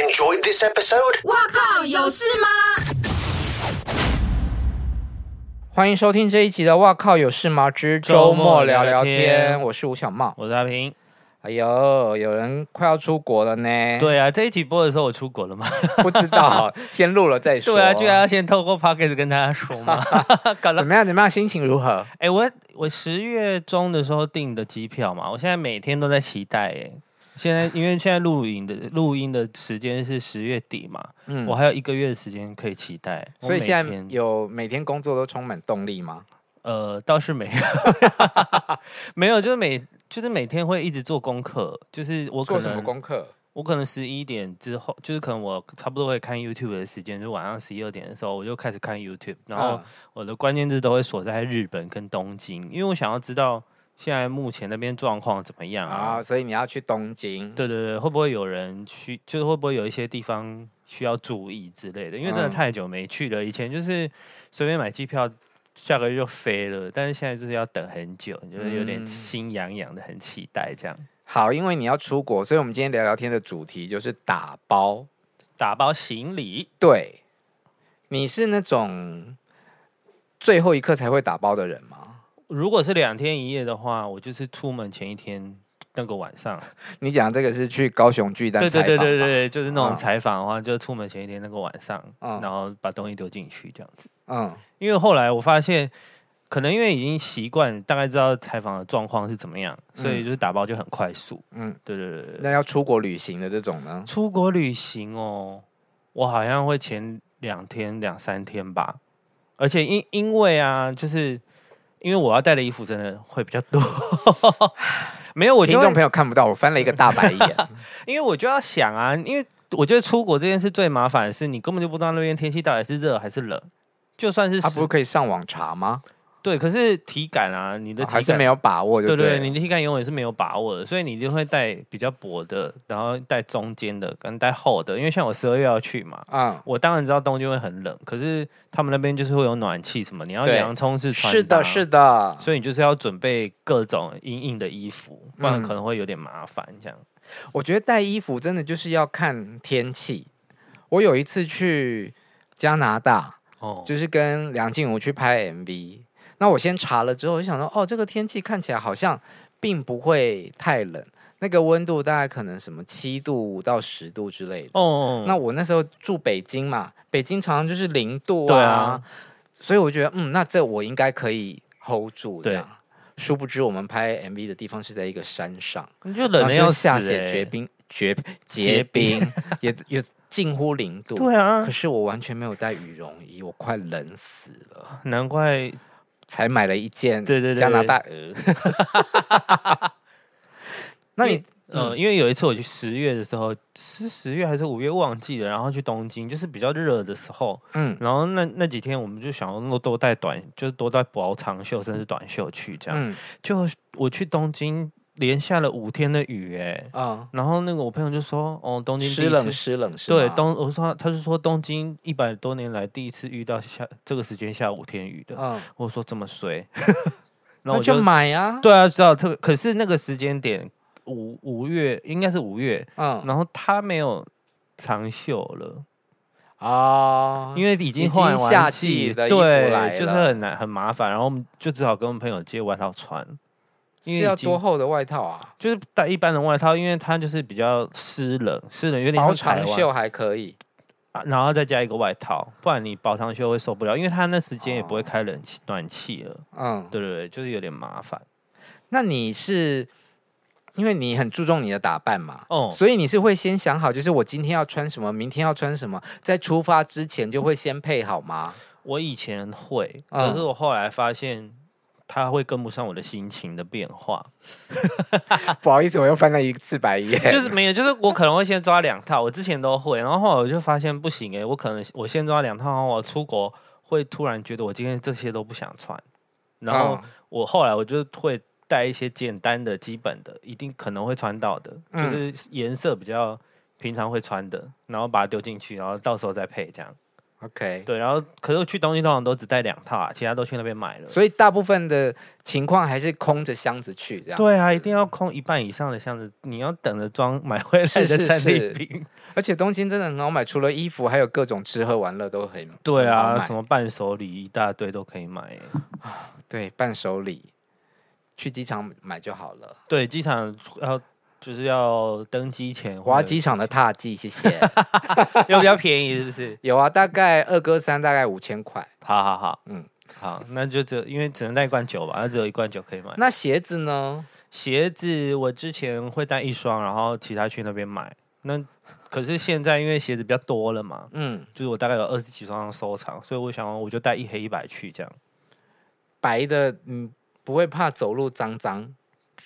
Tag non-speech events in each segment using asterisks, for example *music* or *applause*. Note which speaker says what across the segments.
Speaker 1: enjoyed this episode?
Speaker 2: 哇靠，有事吗？
Speaker 3: 欢迎收听这一集的《哇靠有事吗之周末聊聊天》
Speaker 4: 周末聊聊天
Speaker 3: 我是吴小茂。
Speaker 4: 我是阿平。
Speaker 3: 哎呦，有人快要出国了呢，，
Speaker 4: 对啊，这一集播的时候我出国了嘛？
Speaker 3: 不知道，
Speaker 4: *laughs*
Speaker 3: 先录了再说。
Speaker 4: 对啊，居然要先透过 p o c k e t 跟大家说
Speaker 3: *laughs*
Speaker 4: 嘛。搞
Speaker 3: 怎
Speaker 4: 了，
Speaker 3: 么样？怎么样？心情如何？
Speaker 4: 哎、我我十月中的时候订的机票嘛，我现在每天都在期待哎、现在因为现在录影的录音的时间是十月底嘛，
Speaker 3: 嗯
Speaker 4: 我还有一个月的时间可以期待。我
Speaker 3: 所以
Speaker 4: 每
Speaker 3: 现在
Speaker 4: 天
Speaker 3: 有每天工作都充满动力吗？
Speaker 4: 呃，倒
Speaker 3: *laughs*
Speaker 4: 是没有，没有，就是每就是每天会一直做功课，就是我可
Speaker 3: 做什么
Speaker 4: 能
Speaker 3: 功课？
Speaker 4: 我可能十一点之后，就是可能我差不多会看 YouTube 的时间，就晚上十一二点的时候，我就开始看 YouTube，然后
Speaker 3: 啊
Speaker 4: 我的关键字都会锁在日本跟东京，因为我想要知道现在目前那边状况怎么样啊
Speaker 3: 啊，。所以你要去东京。
Speaker 4: 对对对，会不会有人去？就是会不会有一些地方需要注意之类的？因为真的
Speaker 3: 嗯
Speaker 4: 太久没去了，以前就是随便买机票，下个月就飞了，但是现在就是要等很久，就是有点
Speaker 3: 嗯
Speaker 4: 心痒痒的，很期待这样。
Speaker 3: 好，因为你要出国，所以我们今天聊聊天的主题就是打包。
Speaker 4: 打包行李，
Speaker 3: 对，你是那种最后一刻才会打包的人吗？
Speaker 4: 如果是两天一夜的话，我就是出门前一天那个晚上，
Speaker 3: 你讲这个是去高雄巨蛋
Speaker 4: 对
Speaker 3: 采
Speaker 4: 对
Speaker 3: 访
Speaker 4: 对对
Speaker 3: 吗，
Speaker 4: 对，就是那
Speaker 3: 啊
Speaker 4: 种采访的话，就出门前一天那个晚上，
Speaker 3: 嗯
Speaker 4: 然后把东西丢进去这样子。
Speaker 3: 嗯
Speaker 4: 因为后来我发现，可能因为已经习惯，大概知道采访的状况是怎么样，所以就是打包就很快速。
Speaker 3: 嗯，
Speaker 4: 对对对对，
Speaker 3: 那要出国旅行的这种呢？
Speaker 4: 出国旅行哦，我好像会前两天两三天吧，而且因因为啊，就是因为我要带的衣服真的会比较多。 *laughs* 没有，我
Speaker 3: 听
Speaker 4: 就
Speaker 3: 众
Speaker 4: 会
Speaker 3: 朋友看不到，我翻了一个大白
Speaker 4: *laughs*
Speaker 3: 眼。
Speaker 4: 因为我就要想啊，因为我觉得出国这件事最麻烦的是，你根本就不知道那边天气到底是热还是冷。就算是
Speaker 3: 他
Speaker 4: 十
Speaker 3: 啊不是可以上网查吗？
Speaker 4: 对，可是体感啊，你
Speaker 3: 哦
Speaker 4: 的体感、
Speaker 3: 还是没有把握就
Speaker 4: 对
Speaker 3: 对
Speaker 4: 对，
Speaker 3: 了
Speaker 4: 你的体感永远是没有把握的，所以你一定会带比较薄的，然后带中间的，跟带厚的。因为像我十二月要去嘛，
Speaker 3: 嗯，
Speaker 4: 我当然知道东京会很冷，可是他们那边就是会有暖气什么，你要
Speaker 3: 对
Speaker 4: 洋葱式穿
Speaker 3: 是的，
Speaker 4: 搭
Speaker 3: 是的。
Speaker 4: 所以你就是要准备各种阴硬的衣服，不然
Speaker 3: 嗯
Speaker 4: 可能会有点麻烦这样。
Speaker 3: 我觉得带衣服真的就是要看天气。我有一次去加拿大，
Speaker 4: 哦，
Speaker 3: 就是跟梁静茹去拍 MV。那我先查了之后，我就想说，哦，这个天气看起来好像并不会太冷，那个温度大概可能什么七度到十度之类的。
Speaker 4: 哦，
Speaker 3: 那我那时候住北京嘛，北京常常就是零度
Speaker 4: 对
Speaker 3: 啊
Speaker 4: 啊，
Speaker 3: 所以我觉得，嗯，那这我应该可以 hold 住
Speaker 4: 对
Speaker 3: 这样。殊不知我们拍 MV 的地方是在一个山上，
Speaker 4: 你就
Speaker 3: 然
Speaker 4: 冷
Speaker 3: 后
Speaker 4: 的
Speaker 3: 就
Speaker 4: 要
Speaker 3: 是
Speaker 4: 死、
Speaker 3: 下
Speaker 4: 欸，
Speaker 3: 雪结冰，结结
Speaker 4: 结
Speaker 3: 冰，也也近乎零度。
Speaker 4: 对啊
Speaker 3: 可，是我完全没有带羽绒衣，我快冷死了，
Speaker 4: 难怪
Speaker 3: 才买了一件
Speaker 4: 对对对
Speaker 3: 加拿大鹅。 *laughs* 那你嗯
Speaker 4: 呃，因为有一次我去十月的时候，是十月还是五月忘记了，然后去东京，就是比较热的时候，
Speaker 3: 嗯
Speaker 4: 然后那那几天我们就想要多带短，就是多带薄长袖甚至短袖去这样。
Speaker 3: 嗯
Speaker 4: 就我去东京，连下了五天的雨、哎，
Speaker 3: 啊，
Speaker 4: 然后那个我朋友就说，哦，东京第一
Speaker 3: 湿冷
Speaker 4: 次
Speaker 3: 湿冷是
Speaker 4: 对
Speaker 3: 吗嗯
Speaker 4: 东，我说他就说东京一百多年来第一次遇到下这个时间下五天雨的，
Speaker 3: 嗯，
Speaker 4: 我说这么 *laughs* 衰，然后
Speaker 3: 那
Speaker 4: 我就
Speaker 3: 就买啊，
Speaker 4: 对啊，知道特别，可是那个时间点五五月应该是五月，
Speaker 3: 嗯
Speaker 4: 然后他没有长袖了，
Speaker 3: 啊，
Speaker 4: 因为已经
Speaker 3: 已经
Speaker 4: 换完
Speaker 3: 夏
Speaker 4: 季
Speaker 3: 季的衣服来
Speaker 4: 对，就是
Speaker 3: 了
Speaker 4: 很难很麻烦，然后我们就只好跟我们朋友借外套穿，因
Speaker 3: 是
Speaker 4: 为
Speaker 3: 要
Speaker 4: 已经
Speaker 3: 多厚的外套啊？
Speaker 4: 就是带一般的外套，因为它就是比较湿冷，湿冷有点
Speaker 3: 薄
Speaker 4: 像台
Speaker 3: 长
Speaker 4: 湾
Speaker 3: 袖还可以，
Speaker 4: 啊然后再加一个外套，不然你薄长袖会受不了，因为它那时间也不
Speaker 3: 哦
Speaker 4: 会开冷气暖气了，
Speaker 3: 嗯，
Speaker 4: 对对对，就是有点麻烦
Speaker 3: 那你是因为你很注重你的打扮嘛？
Speaker 4: 哦。
Speaker 3: 所以你是会先想好，就是我今天要穿什么，明天要穿什么，在出发之前就会先配好吗？
Speaker 4: 我以前会，
Speaker 3: 嗯
Speaker 4: 可是我后来发现它会跟不上我的心情的
Speaker 3: *laughs*
Speaker 4: 变化，
Speaker 3: *laughs* 不好意思，我又翻了一次白眼。
Speaker 4: 就是没有，就是我可能会先抓两套，我之前都会，然后后来我就发现不行诶、我可能我先抓两套，然后我出国会突然觉得我今天这些都不想穿，
Speaker 3: 嗯
Speaker 4: 然后我后来我就会带一些简单的、基本的，一定可能会穿到的，
Speaker 3: 嗯
Speaker 4: 就是颜色比较平常会穿的，然后把它丢进去，然后到时候再配这样。
Speaker 3: 嗯 OK，
Speaker 4: 对，然后可是去东京通常都只带两套、啊，其他都去那边买了。
Speaker 3: 所以大部分的情况还是空着箱子去这样。
Speaker 4: 对啊，一定要空一半以上的箱子，你要等着装买回来
Speaker 3: 是
Speaker 4: 的
Speaker 3: 是
Speaker 4: 战利
Speaker 3: 是
Speaker 4: 品。 *laughs*
Speaker 3: 而且东京真的很好买，除了衣服，还有各种吃喝玩乐都很
Speaker 4: 对
Speaker 3: 很好
Speaker 4: 啊，
Speaker 3: 买
Speaker 4: 什么伴手礼一大堆都可以买欸。
Speaker 3: 对伴手礼，去机场买就好了。
Speaker 4: 对，机场要就是要登机前
Speaker 3: 我要
Speaker 4: 或者，
Speaker 3: 机场的踏记，谢谢。
Speaker 4: 又比较便宜，是
Speaker 3: *laughs*
Speaker 4: 不是？
Speaker 3: 有啊，大概二哥三大概五千块。
Speaker 4: 好好好，
Speaker 3: 嗯
Speaker 4: 嗯，好，那就只有因为只能带一罐酒吧，那只有一罐酒可以买。
Speaker 3: 那鞋子呢？
Speaker 4: 鞋子我之前会带一双，然后其他去那边买。那可是现在因为鞋子比较多了嘛，
Speaker 3: 嗯，
Speaker 4: 就是我大概有二十几双收藏，所以我想我就带一黑一白去这样。
Speaker 3: 白的，嗯，不会怕走路脏脏。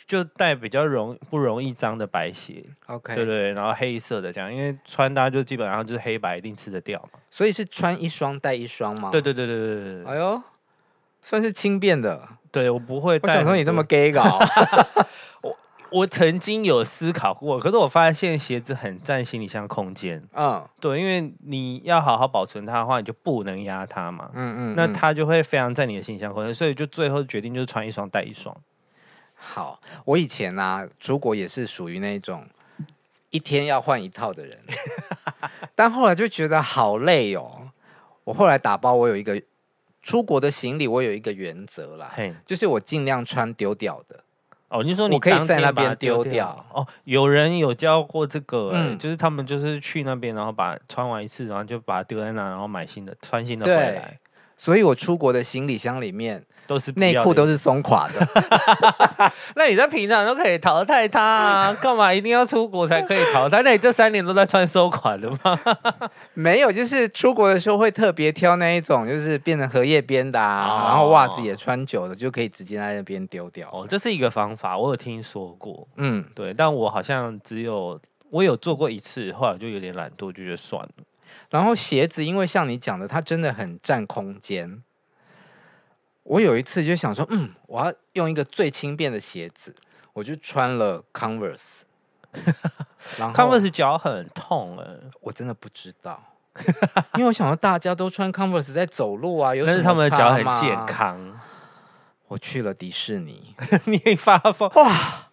Speaker 4: 就带比较容不容易脏的白鞋，
Speaker 3: OK，
Speaker 4: 对对，然后黑色的这样，因为穿搭就基本上就是黑白一定吃得掉嘛。
Speaker 3: 所以是穿一双带一双吗？
Speaker 4: 对对对对对对对
Speaker 3: 哎呦，算是轻便的。
Speaker 4: 对，我不会
Speaker 3: 我
Speaker 4: 带很
Speaker 3: 想
Speaker 4: 多。
Speaker 3: 说你这么 gay
Speaker 4: *laughs*
Speaker 3: 搞，
Speaker 4: 我曾经有思考过，可是我发现鞋子很占行李箱空间。
Speaker 3: 嗯
Speaker 4: 对，因为你要好好保存它的话，你就不能压它嘛，
Speaker 3: 嗯嗯，
Speaker 4: 那
Speaker 3: 嗯
Speaker 4: 它就会非常占你的行李箱空间，所以就最后决定就是穿一双带一双。
Speaker 3: 好，我以前啊，出国也是属于那种一天要换一套的人， *laughs* 但后来就觉得好累哦。我后来打包，我有一个出国的行李，我有一个原则啦，
Speaker 4: 嘿，
Speaker 3: 就是我尽量穿丢掉的。
Speaker 4: 哦，你说你
Speaker 3: 我可以
Speaker 4: 当天
Speaker 3: 在那
Speaker 4: 把它
Speaker 3: 边
Speaker 4: 丢
Speaker 3: 丢
Speaker 4: 掉？哦，有人有教过这个、欸，
Speaker 3: 嗯
Speaker 4: 就是他们就是去那边，然后把穿完一次，然后就把它丢在那，然后买新的，穿新的回
Speaker 3: 对
Speaker 4: 来，
Speaker 3: 所以我出国的行李箱里面
Speaker 4: 都是不
Speaker 3: 内
Speaker 4: 要
Speaker 3: 裤
Speaker 4: 的
Speaker 3: 都是松垮的，
Speaker 4: *laughs* 那你在平常都可以淘汰它 *laughs* 啊，干嘛一定要出国才可以淘汰？那你这三年都在穿收款的吗？
Speaker 3: 没有，就是出国的时候会特别挑那一种，就是变成荷叶边的啊，然后袜子也穿久了，就可以直接在那边丢掉。
Speaker 4: 哦，这是一个方法，我有听说过，
Speaker 3: 嗯，
Speaker 4: 对，但我好像只有我有做过一次，后来我就有点懒惰，就觉得算了。
Speaker 3: 然后鞋子，因为像你讲的，它真的很占空间。我有一次就想说，嗯，我要用一个最轻便的鞋子，我就穿了
Speaker 4: *laughs*
Speaker 3: Converse。然后
Speaker 4: Converse 脚很痛哎、
Speaker 3: 我真的不知道，因为我想说大家都穿 Converse 在走路啊，有什么
Speaker 4: 但是他们的脚很
Speaker 3: 差吗
Speaker 4: 健。康。
Speaker 3: 我去了迪士尼，
Speaker 4: 你发疯哇！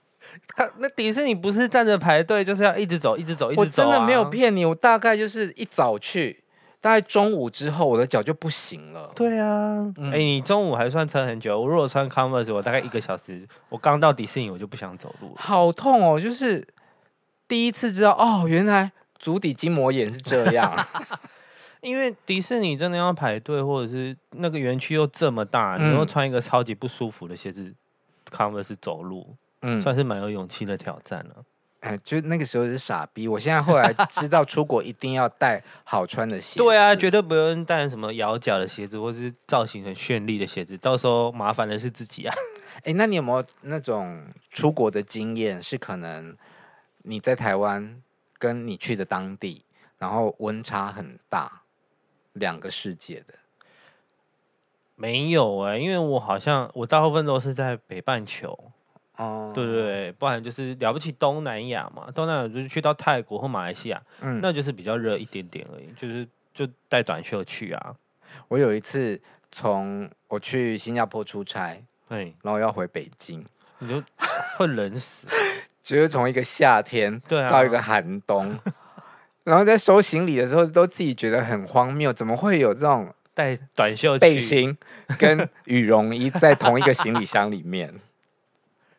Speaker 4: 看那迪士尼不是站着排队，就是要一直走，一直走，一
Speaker 3: 我
Speaker 4: 直走、
Speaker 3: 真
Speaker 4: 啊。
Speaker 3: 的没有。骗你，我大概就是一早去，大概中午之后我的脚就不行了。
Speaker 4: 对啊，哎、
Speaker 3: 嗯
Speaker 4: 你中午还算撑很久。我如果穿 Converse，我大概一个小时。我刚到迪士尼，我就不想走路了。
Speaker 3: 好痛哦！就是第一次知道哦，原来足底筋膜炎是这
Speaker 4: *laughs*
Speaker 3: 样。
Speaker 4: 因为迪士尼真的要排队，或者是那个园区又这么大，
Speaker 3: 嗯
Speaker 4: 你又穿一个超级不舒服的鞋子，Converse 走路，
Speaker 3: 嗯，
Speaker 4: 算是蛮有勇气的挑战啊了。
Speaker 3: 哎，就那个时候是傻逼。我现在后来知道出国一定要带好穿的鞋子。
Speaker 4: *laughs* 对啊，绝对不用带什么咬脚的鞋子，或是造型很绚丽的鞋子，到时候麻烦的是自己啊。
Speaker 3: 哎，那你有没有那种出国的经验？是可能你在台湾跟你去的当地，然后温差很大，两个世界的。
Speaker 4: 没有哎、因为我好像我大部分都是在北半球，
Speaker 3: 哦，
Speaker 4: 对对对，不然就是了不起东南亚嘛，东南亚就是去到泰国或马来西亚，
Speaker 3: 嗯
Speaker 4: 那就是比较热一点点而已，就是就带短袖去啊，
Speaker 3: 我有一次从我去新加坡出差，
Speaker 4: 对，
Speaker 3: 然后要回北京。
Speaker 4: 你
Speaker 3: *laughs*
Speaker 4: 就会冷死，
Speaker 3: 就是从一个夏天
Speaker 4: 对啊，
Speaker 3: 到一个寒冬，
Speaker 4: *laughs*
Speaker 3: 然后在收行李的时候都自己觉得很荒谬，怎么会有这种
Speaker 4: 带短袖
Speaker 3: 背
Speaker 4: 去。
Speaker 3: 心跟羽绒衣在同一个行李箱里
Speaker 4: *laughs*
Speaker 3: 面？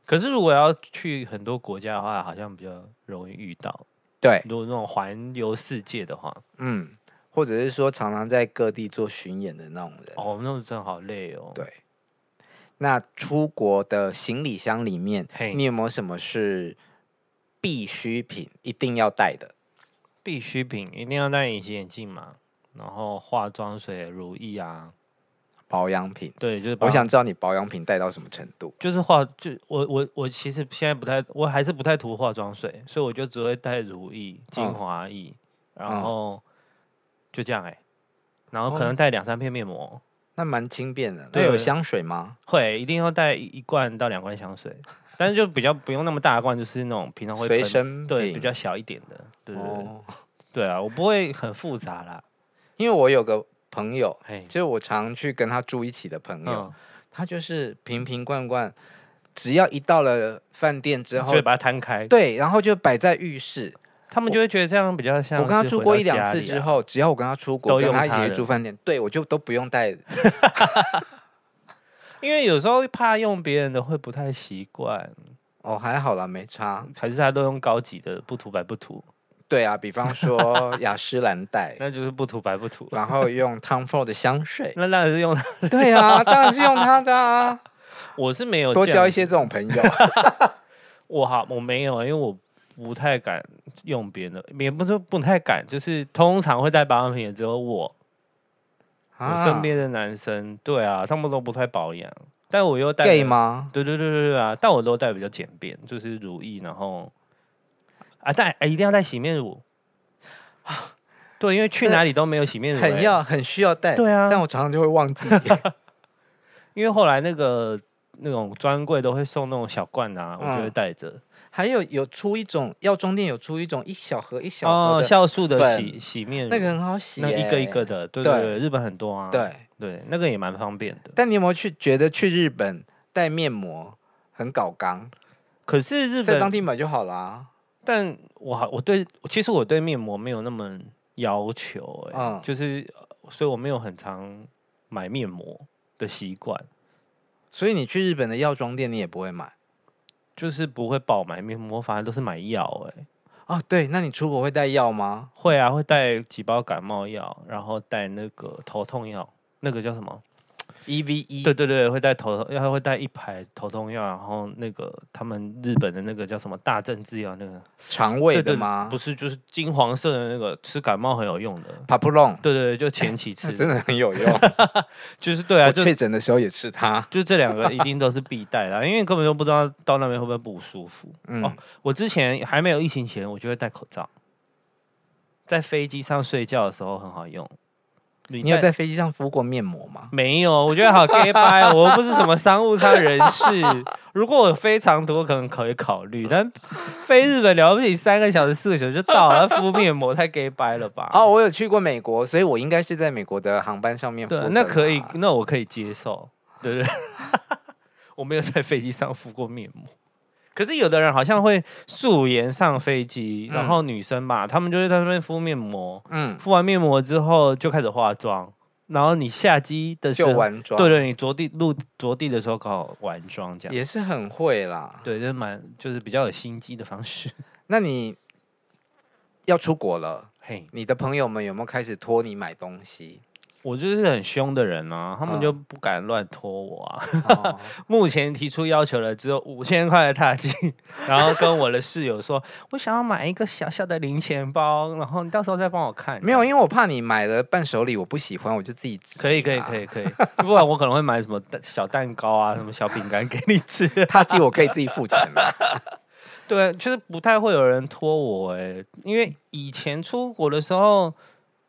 Speaker 4: 可是如果要去很多国家的话，好像比较容易遇到。
Speaker 3: 对，
Speaker 4: 如果那种环游世界的话，
Speaker 3: 嗯，或者是说常常在各地做巡演的那种人，
Speaker 4: 哦，那种真的好累哦。
Speaker 3: 对。那出国的行李箱里面，
Speaker 4: 嘿
Speaker 3: 你有没有什么是必需品一定要带的？
Speaker 4: 必需品一定要戴隐形眼镜嘛，然后化妆水、乳液啊，
Speaker 3: 保养品，
Speaker 4: 对，就是把
Speaker 3: 我想知道你保养品带到什么程度。
Speaker 4: 就是化，就我我我其实现在不太，我还是不太涂化妆水，所以我就只会带乳液、
Speaker 3: 嗯
Speaker 4: 精华液，然后就这样哎、然后
Speaker 3: 哦
Speaker 4: 可能带两三片面膜，
Speaker 3: 那蛮轻便的。那
Speaker 4: 对
Speaker 3: 有香水吗？
Speaker 4: 会一定要带一一罐到两罐香水，但是就比较不用那么大罐，就是那种平常会
Speaker 3: 随
Speaker 4: 喷
Speaker 3: 身
Speaker 4: 对
Speaker 3: 品
Speaker 4: 比较小一点的，对对对,、
Speaker 3: 哦，
Speaker 4: 对啊，我不会很复杂啦，
Speaker 3: 因为我有个朋友，
Speaker 4: 嘿，
Speaker 3: 就是我常去跟他住一起的朋友，
Speaker 4: 嗯，
Speaker 3: 他就是瓶瓶罐罐，只要一到了饭店之
Speaker 4: 就
Speaker 3: 后
Speaker 4: 会，把它摊开，
Speaker 3: 对，然后就摆在浴室。
Speaker 4: 他们就会觉得这样比较像
Speaker 3: 我跟他
Speaker 4: 是
Speaker 3: 住
Speaker 4: 回
Speaker 3: 过
Speaker 4: 到
Speaker 3: 一两
Speaker 4: 家
Speaker 3: 次
Speaker 4: 里
Speaker 3: 之
Speaker 4: 啊，
Speaker 3: 后，只要我跟他出国，
Speaker 4: 都
Speaker 3: 跟
Speaker 4: 用
Speaker 3: 他一
Speaker 4: 它
Speaker 3: 起去
Speaker 4: 了
Speaker 3: 住饭店，对我就都不用带。
Speaker 4: 因为有时候怕用别人的会不太习惯，
Speaker 3: 哦，还好啦，没差。
Speaker 4: 还是他都用高级的，不涂白不涂，
Speaker 3: 对啊，比方
Speaker 4: *laughs*
Speaker 3: 说雅诗兰黛，
Speaker 4: 那就是不涂白不涂。
Speaker 3: 然后用 Tom Ford 的香水
Speaker 4: *laughs* 。那当然是用，
Speaker 3: 对啊，当然是用它的啊。
Speaker 4: 我是没有
Speaker 3: 多
Speaker 4: 哦这
Speaker 3: 交
Speaker 4: 样
Speaker 3: 一些
Speaker 4: 子
Speaker 3: 这种朋
Speaker 4: *laughs*
Speaker 3: 友。
Speaker 4: 我好，我没有，因为我不太敢用别人的，也不是不太敢，就是通常会带保养品的只有我，
Speaker 3: 啊
Speaker 4: 我身边的男生，对啊，他们都不太保养，但我又带
Speaker 3: gay
Speaker 4: 了？
Speaker 3: 吗？
Speaker 4: 对对对对对啊，但我都带比较简便，就是乳液，然后啊，但、哎一定要带洗面乳，对，因为去
Speaker 3: 这
Speaker 4: 哪里都没有洗面乳、
Speaker 3: 很
Speaker 4: 哎
Speaker 3: 要很需要带，
Speaker 4: 对啊
Speaker 3: 但我常常就会忘
Speaker 4: *laughs*
Speaker 3: 记。
Speaker 4: 因为后来那个那种专柜都会送那种小罐啊，我就会
Speaker 3: 嗯
Speaker 4: 带着。
Speaker 3: 还有有出一种药妆店有出一种一小盒一小
Speaker 4: 哦
Speaker 3: 盒，的，
Speaker 4: 酵素的
Speaker 3: 粉
Speaker 4: 洗洗面乳，
Speaker 3: 那个很好洗
Speaker 4: 那
Speaker 3: 耶，
Speaker 4: 一个一个的，对
Speaker 3: 对
Speaker 4: 对对，日本很多啊，
Speaker 3: 对。
Speaker 4: 对，那个也蛮方便的。
Speaker 3: 但你有没有去觉得去日本带面膜很搞刚，
Speaker 4: 可是日
Speaker 3: 在当
Speaker 4: 本，
Speaker 3: 地买就好啦。
Speaker 4: 但我好我对其实我对面膜没有那么要求、哎、
Speaker 3: 嗯
Speaker 4: 就是呃所以我没有很常买面膜的习惯，
Speaker 3: 所以你去日本的药妆店你也不会买
Speaker 4: 就是不会爆买面膜，反而都是买药、哎，
Speaker 3: 哦？对，那你出国会带药吗？
Speaker 4: 会啊，会带几包感冒药，然后带那个头痛药，那个叫什么？
Speaker 3: 一？E v 一，
Speaker 4: 对对对，会带头痛，要会带一排头痛药，然后那个他们日本的那个叫什么大正制药那个。
Speaker 3: 肠胃
Speaker 4: 对
Speaker 3: 的
Speaker 4: 对
Speaker 3: 吗
Speaker 4: 不是，就是金黄色的那个，吃感冒很有用的。
Speaker 3: ？Papillon
Speaker 4: 对对对，就前期
Speaker 3: *laughs*
Speaker 4: 吃，
Speaker 3: 真的很有
Speaker 4: *laughs*
Speaker 3: 用，
Speaker 4: 就是对啊，
Speaker 3: 我
Speaker 4: 就
Speaker 3: 确诊的时候也吃它。
Speaker 4: 就这两个一定都是必带啦，因为根本就不知道到那边会不会不舒服。
Speaker 3: 嗯
Speaker 4: 哦，我之前还没有疫情前，我就会戴口罩，在飞机上睡觉的时候很好用。你
Speaker 3: 你有在飞机上敷过面膜吗？
Speaker 4: 没有，我觉得好 gay 掰哦， *laughs* 我又不是什么商务舱人士。如果我飞长途，我可能可以考虑，但飞日本了不起三个小时、四个小时就到了，敷面膜太 gay 掰了吧？
Speaker 3: 哦，我有去过美国，所以我应该是在美国的航班上面敷
Speaker 4: 对
Speaker 3: 的，啊
Speaker 4: 那可以
Speaker 3: 啦，
Speaker 4: 那我可以接受，对不对？ *laughs* 我没有在飞机上敷过面膜，可是有的人好像会素颜上飞机，然
Speaker 3: 嗯
Speaker 4: 后女生嘛，她们就会在那边敷面膜，
Speaker 3: 嗯，
Speaker 4: 敷完面膜之后就开始化妆，然后你下机的时
Speaker 3: 就
Speaker 4: 候，
Speaker 3: 完妆，
Speaker 4: 对对，你着地入着地的时候搞完妆这样，
Speaker 3: 也是很会啦。
Speaker 4: 对，就是蛮就是比较有心机的
Speaker 3: *laughs*
Speaker 4: 方式，
Speaker 3: 那你要出国了，
Speaker 4: 嘿。
Speaker 3: 你的朋友们有没有开始托你买东西？
Speaker 4: 我就是很凶的人啊，他
Speaker 3: 嗯
Speaker 4: 们就不敢乱拖我啊。
Speaker 3: 哦
Speaker 4: *laughs* 目前提出要求了只有五千块的踏金，然后跟我的室友说，我想要买一个小小的零钱包，然后你到时候再帮我看。
Speaker 3: 没有，因为我怕你买了伴手礼我不喜欢，我就自己
Speaker 4: 可以可以可以可以，不然我可能会买什么蛋小蛋糕啊，什么小饼干给你吃。
Speaker 3: 他寄，我可以自己付钱啦
Speaker 4: *laughs* 对，就是不太会有人拖我哎、因为以前出国的时候，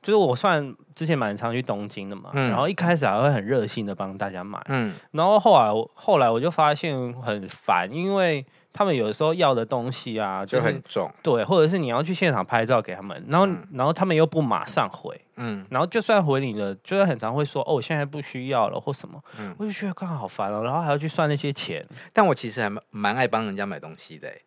Speaker 4: 就是我算之前蛮常去东京的嘛，
Speaker 3: 嗯
Speaker 4: 然后一开始还会很热心的帮大家买，
Speaker 3: 嗯，
Speaker 4: 然后后来我后来我就发现很烦，因为他们有时候要的东西啊，
Speaker 3: 就是很重，
Speaker 4: 对，或者是你要去现场拍照给他们，然后、
Speaker 3: 嗯
Speaker 4: 然后他们又不马上回，
Speaker 3: 嗯，
Speaker 4: 然后就算回你了，就是很常会说哦，我现在不需要了或什么，
Speaker 3: 嗯
Speaker 4: 我就觉得刚好烦哦，然后还要去算那些钱，
Speaker 3: 但我其实还蛮蛮爱帮人家买东西的欸、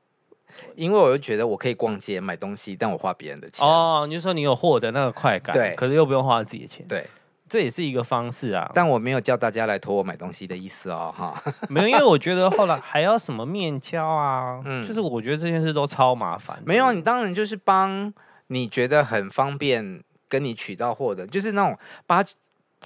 Speaker 3: 因为我就觉得我可以逛街买东西，但我花别人的钱，
Speaker 4: 哦，你就说你有获得那个快感，
Speaker 3: 对
Speaker 4: 可是又不用花自己的钱，
Speaker 3: 对，
Speaker 4: 这也是一个方式啊，
Speaker 3: 但我没有叫大家来托我买东西的意思哦，哈，
Speaker 4: *laughs* 没有，因为我觉得后来还要什么面交啊，
Speaker 3: 嗯
Speaker 4: 就是我觉得这件事都超麻烦的，
Speaker 3: 没有，啊你当然就是帮你觉得很方便跟你取到货的，就是那种把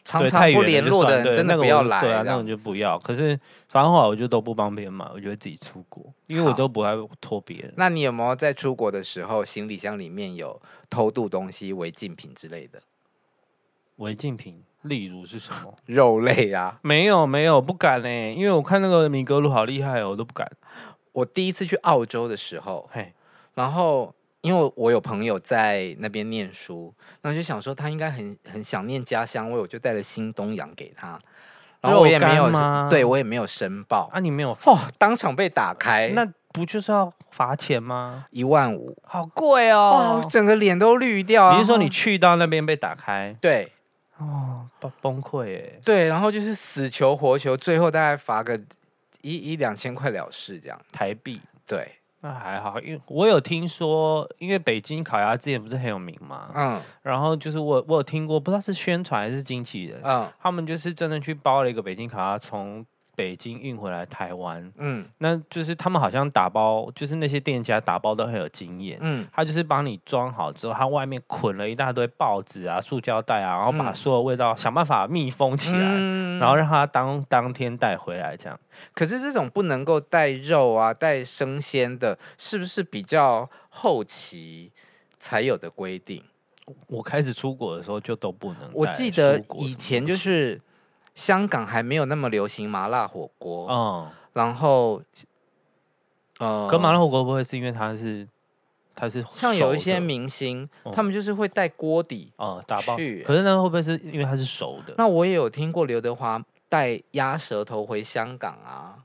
Speaker 3: 常
Speaker 4: 对
Speaker 3: 常
Speaker 4: 太
Speaker 3: 不
Speaker 4: 远了
Speaker 3: 联
Speaker 4: 就
Speaker 3: 络的
Speaker 4: 算
Speaker 3: 人，
Speaker 4: 对
Speaker 3: 真的
Speaker 4: 那个
Speaker 3: 不要
Speaker 4: 我就
Speaker 3: 来。
Speaker 4: 对啊，
Speaker 3: 这
Speaker 4: 那
Speaker 3: 样
Speaker 4: 种就不要。可是反正后来我就都不帮别人买，我觉得自己出国，因为我
Speaker 3: 好
Speaker 4: 都不爱拖别人。
Speaker 3: 那你有没有在出国的时候，行李箱里面有偷渡东西、违禁品之类的
Speaker 4: 违禁品，例如是什么？
Speaker 3: 肉类啊？
Speaker 4: *laughs*
Speaker 3: *laughs*
Speaker 4: 没有没有，不敢呢、因为我看那个米格鲁好厉害哦，我都不敢。
Speaker 3: 我第一次去澳洲的时候，
Speaker 4: 嘿，
Speaker 3: 然后因为我有朋友在那边念书，那我就想说他应该很很想念家乡味，我就带了新东阳给他，然后我也没
Speaker 4: 肉
Speaker 3: 有
Speaker 4: 干吗，
Speaker 3: 对我也没有申报，
Speaker 4: 啊，你没 *laughs* 有，
Speaker 3: 哦，当场被打开，
Speaker 4: 那不就是要罚钱吗？
Speaker 3: 一万五，
Speaker 4: 好贵
Speaker 3: 哇，我
Speaker 4: 哦！
Speaker 3: 整个脸都绿掉啊！
Speaker 4: 你是说你去到那边被打开？
Speaker 3: 对，
Speaker 4: 哦，崩崩溃哎，
Speaker 3: 对，然后就是死求活求，最后大概罚个一一两千块了事这样。
Speaker 4: 台币。
Speaker 3: 对，
Speaker 4: 那还好，因为我有听说，因为北京烤鸭之前不是很有名嘛，
Speaker 3: 嗯
Speaker 4: 然后就是我我有听过，不知道是宣传还是经纪人，
Speaker 3: 嗯
Speaker 4: 他们就是真的去包了一个北京烤鸭，从北京运回来台湾，
Speaker 3: 嗯
Speaker 4: 那就是他们好像打包，就是那些店家打包都很有经验。
Speaker 3: 嗯，
Speaker 4: 他就是帮你装好之后，他外面捆了一大堆报纸啊、塑胶袋啊，然后把
Speaker 3: 嗯
Speaker 4: 所有味道想办法密封起来，
Speaker 3: 嗯
Speaker 4: 然后让他当当天带回来这样。
Speaker 3: 可是这种不能够带肉啊、带生鲜的，是不是比较后期才有的规定？
Speaker 4: 我开始出国的时候就都不能。
Speaker 3: 我记得以前就，是香港还没有那么流行麻辣火锅，
Speaker 4: 嗯，
Speaker 3: 然后呃，
Speaker 4: 可麻辣火锅不会是因为它是它是
Speaker 3: 像有一
Speaker 4: 熟
Speaker 3: 些
Speaker 4: 的
Speaker 3: 明星，
Speaker 4: 嗯
Speaker 3: 他们就是会带锅底。
Speaker 4: 哦打包，
Speaker 3: 去欸
Speaker 4: 可是那会不会是因为它是熟的？
Speaker 3: 那我也有听过刘德华带鸭舌头回香港啊，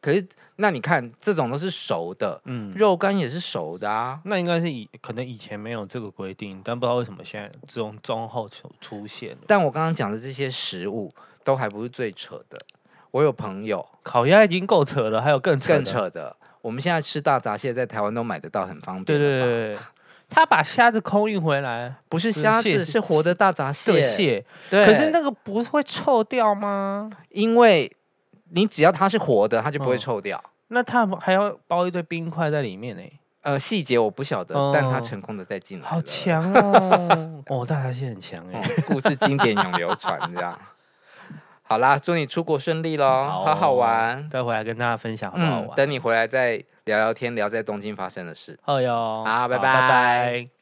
Speaker 3: 可是那你看这种都是熟的，
Speaker 4: 嗯，
Speaker 3: 肉干也是熟的啊。
Speaker 4: 那应该是以可能以前没有这个规定，但不知道为什么现在这种中后出出现了。
Speaker 3: 但我刚刚讲的这些食物都还不是最扯的，我有朋友
Speaker 4: 烤鸭已经够扯了，还有更扯的
Speaker 3: 更。扯的。我们现在吃大闸蟹，在台湾都买得到，很方
Speaker 4: 对
Speaker 3: 便。
Speaker 4: 对对对，他把虾子空运回来，
Speaker 3: 不是虾
Speaker 4: 蟹
Speaker 3: 子，是活的大闸
Speaker 4: 对
Speaker 3: 蟹。
Speaker 4: 蟹，
Speaker 3: 对，
Speaker 4: 可是那个不是会臭掉吗？
Speaker 3: 因为你只要它是活的，它就不会
Speaker 4: 嗯
Speaker 3: 臭掉。
Speaker 4: 那他们还要包一堆冰块在里面呢、欸
Speaker 3: 呃，细节我不晓得，但它
Speaker 4: 哦
Speaker 3: 成功的带进来
Speaker 4: 好
Speaker 3: 了
Speaker 4: 强 *laughs* 哦！哦，大闸蟹很强哎、
Speaker 3: 嗯故事经典永流传，这样。好啦，祝你出国顺利喽，好好玩。
Speaker 4: 哦再回来跟大家分享好不好
Speaker 3: 嗯，
Speaker 4: 玩？
Speaker 3: 等你回来再聊聊天，聊在东京发生的事。
Speaker 4: 好哟，
Speaker 3: 啊好拜
Speaker 4: 拜
Speaker 3: 拜
Speaker 4: 拜